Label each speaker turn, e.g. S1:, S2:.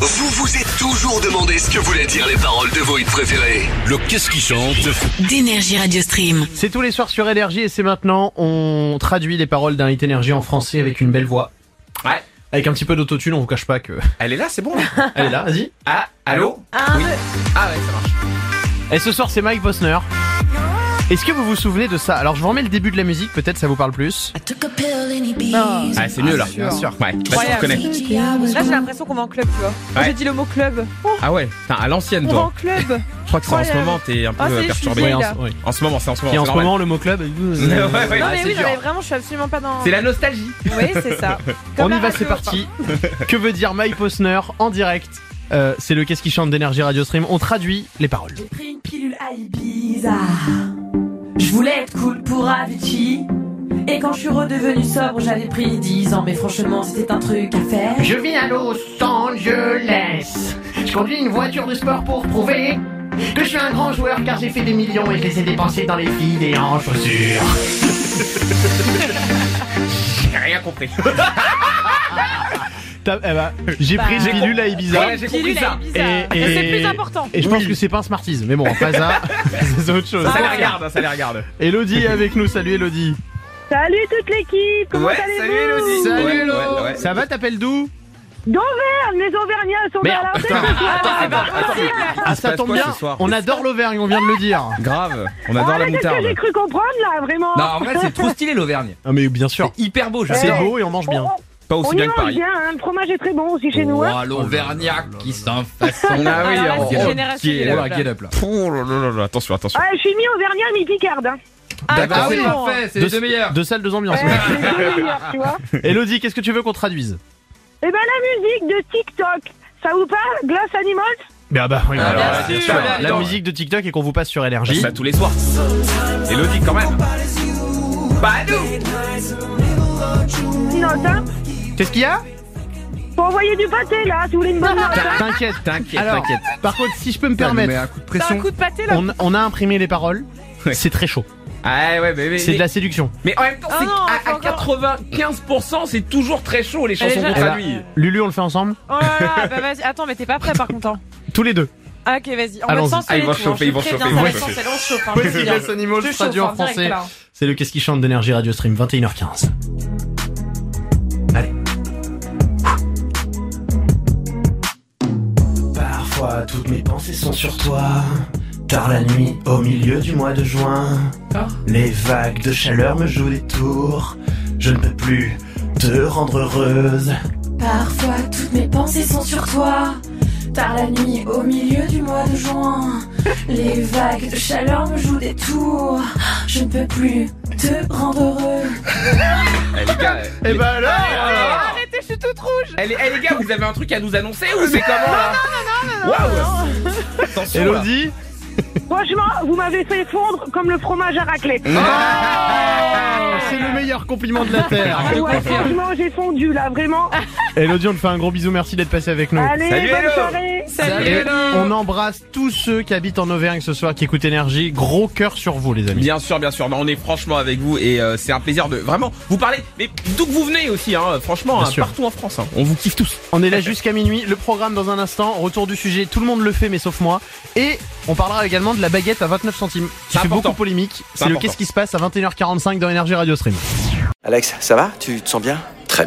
S1: Vous vous êtes toujours demandé ce que voulaient dire les paroles de vos hits préférés.
S2: Le qu'est-ce qui chante
S3: d'énergie Radio Stream.
S4: C'est tous les soirs sur Énergie et c'est maintenant, on traduit les paroles d'un hit énergie en français avec une belle voix.
S5: Ouais.
S4: Avec un petit peu d'autotune, on vous cache pas que.
S5: Elle est là, c'est bon là
S4: Elle est là, vas-y.
S5: Ah, allô Oui. Ah ouais, ça marche.
S4: Et ce soir, c'est Mike Bosner. Est-ce que vous vous souvenez de ça Alors, je vous remets le début de la musique, peut-être ça vous parle plus.
S5: Ah, c'est mieux là. Bien sûr. Ouais, là, je reconnais.
S6: Là, j'ai l'impression qu'on va en club, tu vois. Quand
S5: Ouais.
S6: J'ai dit le mot club.
S5: Ah ouais, putain, à l'ancienne
S6: On va en
S5: toi.
S6: club.
S5: Je crois que c'est en ce
S6: Incroyable.
S5: moment, t'es un peu
S6: Ah, c'est- je suis
S5: perturbé.
S6: vieille,
S4: en,
S6: là.
S4: oui.
S5: En ce moment, c'est en ce moment.
S4: Et en
S5: c'est
S4: ce
S5: normal.
S4: moment, le mot club.
S5: Ouais, ouais,
S6: Non,
S5: ouais,
S6: mais
S5: bah, c'est
S6: oui, non,
S5: dur.
S6: mais vraiment, je suis absolument pas dans.
S5: C'est la nostalgie.
S6: Oui, c'est ça.
S4: On
S6: Comme
S4: y
S6: la
S4: va,
S6: radio,
S4: c'est parti. que veut dire Mike Posner en direct Euh, C'est le qu'est-ce qui chante d'énergie Radio Stream. On traduit les paroles.
S7: J'ai pris une pilule à Ibiza. Je voulais être cool pour Avicii. Et quand je suis redevenue sobre, j'avais pris 10 ans. Mais franchement, c'était un truc à faire.
S8: Je vis à Los Angeles. Je conduis une voiture de sport pour prouver que je suis un grand joueur car j'ai fait des millions et je les ai dépensés dans les filles et en chaussures.
S5: J'ai rien compris.
S4: T'as- eh ben, j'ai
S6: Bah,
S4: pris une
S6: j'ai
S4: pilule à Ibiza.
S5: Ouais, j'ai
S6: Pilule
S5: compris
S6: à
S5: ça.
S6: Ibiza.
S4: Et-
S6: Mais
S4: et-
S6: C'est plus important.
S4: Et je pense que c'est pas un Smarties, mais bon, pas ça, c'est autre chose.
S5: Ça les regarde, hein, ça les regarde.
S4: Elodie est avec nous, salut Elodie.
S9: Salut toute l'équipe, comment
S5: Ouais,
S9: allez-vous
S5: salut Elodie. Ouais,
S4: Elodie.
S5: ouais, ouais.
S4: Ça va, t'appelles d'où
S9: D'Auvergne, les Auvergnats sont
S4: Merde,
S9: à la
S5: Putain,
S9: retraite ce soir.
S5: attends, attends, attends, mais
S4: Ah,
S5: il se
S4: ça
S5: passe
S4: tombe
S5: quoi
S4: bien,
S5: ce soir
S4: on adore l'Auvergne, on vient de le dire.
S5: Grave, on
S9: Ah,
S5: adore la
S9: mais c'est ce que
S5: moutarde.
S9: j'ai cru comprendre là, vraiment.
S5: Non, en vrai, c'est trop stylé l'Auvergne.
S4: Ah, mais bien sûr,
S5: C'est hyper beau, je sais.
S4: c'est beau et on mange bien.
S5: Pas
S9: On
S5: aussi
S9: y
S5: bien que
S9: mange
S5: Paris.
S9: bien, hein, le fromage est très bon aussi chez nous. hein.
S8: l'Auvergnac qui s'enfaçonne.
S5: Ah oui,
S6: Alors là,
S5: alors,
S6: c'est
S5: oh,
S6: générationnel,
S5: qui est-
S6: là.
S8: Voilà, get up là.
S5: Pouh, là, là, là, là, Attention, attention.
S9: Ah, je suis mi-Auvergnat, mi-Picarde. Hein.
S6: Ah,
S5: D'accord.
S8: Ah oui,
S6: c'est bon.
S8: parfait, c'est les deux meilleurs.
S4: Deux salles, deux ambiances.
S5: Ah,
S9: Ouais, les deux meilleurs, tu vois.
S4: Elodie, qu'est-ce que tu veux qu'on traduise
S9: Et ben la musique de TikTok, ça vous parle Glass Animals
S4: Bah, bah, oui,
S5: Alors,
S4: voilà.
S5: là, bien sûr,
S4: Voilà, La
S5: attends.
S4: musique de TikTok et qu'on vous passe sur
S5: C'est
S4: énergie.
S5: ça tous les soirs. Elodie quand même. Bah nous
S9: Non, ça
S4: Qu'est-ce qu'il y a
S9: hein. Faut envoyer du pâté là, si vous voulez une bonne note. hein.
S4: T'inquiète,
S5: T'inquiète,
S4: Alors,
S5: t'inquiète.
S4: par contre, si je peux me
S8: Mais
S4: permettre,
S8: un coup de
S6: T'as un
S8: pression.
S6: coup de pâté là.
S4: on, on a imprimé les paroles.
S5: Ouais.
S4: C'est très chaud.
S5: Ah ouais, mais, mais,
S4: C'est de
S5: mais-
S4: la séduction.
S5: mais en même temps,
S6: Ah
S5: c'est
S6: non,
S5: à, à
S6: encore-
S5: 95%, c'est toujours très chaud les chansons
S6: Elle
S5: qu'on
S6: est déjà- Ah,
S5: traduit.
S4: Lulu, on le fait ensemble
S6: Oh là là, bah vas-y. Attends, mais t'es pas prêt par contre. hein.
S4: Tous les deux.
S6: Ah, ok, vas-y. On
S4: Allons-y.
S6: va
S5: Ah, ils vont chauffer, ils vont chauffer, ils vont
S6: On chauffe, hein, je te dis, hein.
S4: Animals
S6: Je
S4: traduit en
S6: chauffe, hein, direct,
S4: français.
S6: là.
S4: C'est le Qu'est-ce qui chante d'énergie Radio Stream, 21h15. Allez.
S8: Parfois, toutes mes pensées sont sur toi. Car la nuit, au milieu du mois de juin,
S4: Ah.
S8: les vagues de chaleur me jouent des tours. Je ne peux plus te rendre heureuse.
S7: Parfois, toutes mes pensées sont sur toi. Tard la nuit, au milieu du mois de juin, les vagues de chaleur me jouent des tours. Je ne peux plus te rendre heureux.
S5: Eh les gars,
S4: Et
S5: les-
S4: bah alors
S6: Arrêtez, je suis toute rouge.
S5: eh, les- eh, les gars, vous avez un truc à nous annoncer ou c'est comment là Waouh Attention, là.
S4: Elodie
S9: Franchement, vous m'avez fait fondre comme le fromage à raclette.
S4: Ah,
S5: Ah,
S4: C'est le meilleur compliment de la Terre
S9: Ah ouais, franchement, j'ai fondu là, vraiment.
S4: Elodie, on te fait un gros bisou, merci d'être passé avec nous.
S9: Allez,
S5: Salut,
S9: bonne
S5: Hello.
S9: soirée.
S6: Salut,
S4: Et
S6: Hélène.
S4: on embrasse tous ceux qui habitent en Auvergne ce soir, qui écoutent Énergie. Gros cœur sur vous, les amis.
S5: Bien sûr, bien sûr, mais on est franchement avec vous et euh, c'est un plaisir de vraiment vous parler. Mais d'où que vous venez aussi, hein, franchement,
S4: Bien
S5: hein,
S4: sûr.
S5: partout en France, hein. on vous kiffe tous.
S4: On est là jusqu'à minuit. Le programme dans un instant. Retour du sujet. Tout le monde le fait, mais sauf moi. Et on parlera également de la baguette à 29 centimes. Qui
S5: C'est
S4: fait
S5: important.
S4: beaucoup polémique. C'est le
S5: important.
S4: qu'est-ce qui se passe à 21h45 dans Énergie Radio Stream.
S10: Alex, ça va Tu te sens bien Euh,
S8: Très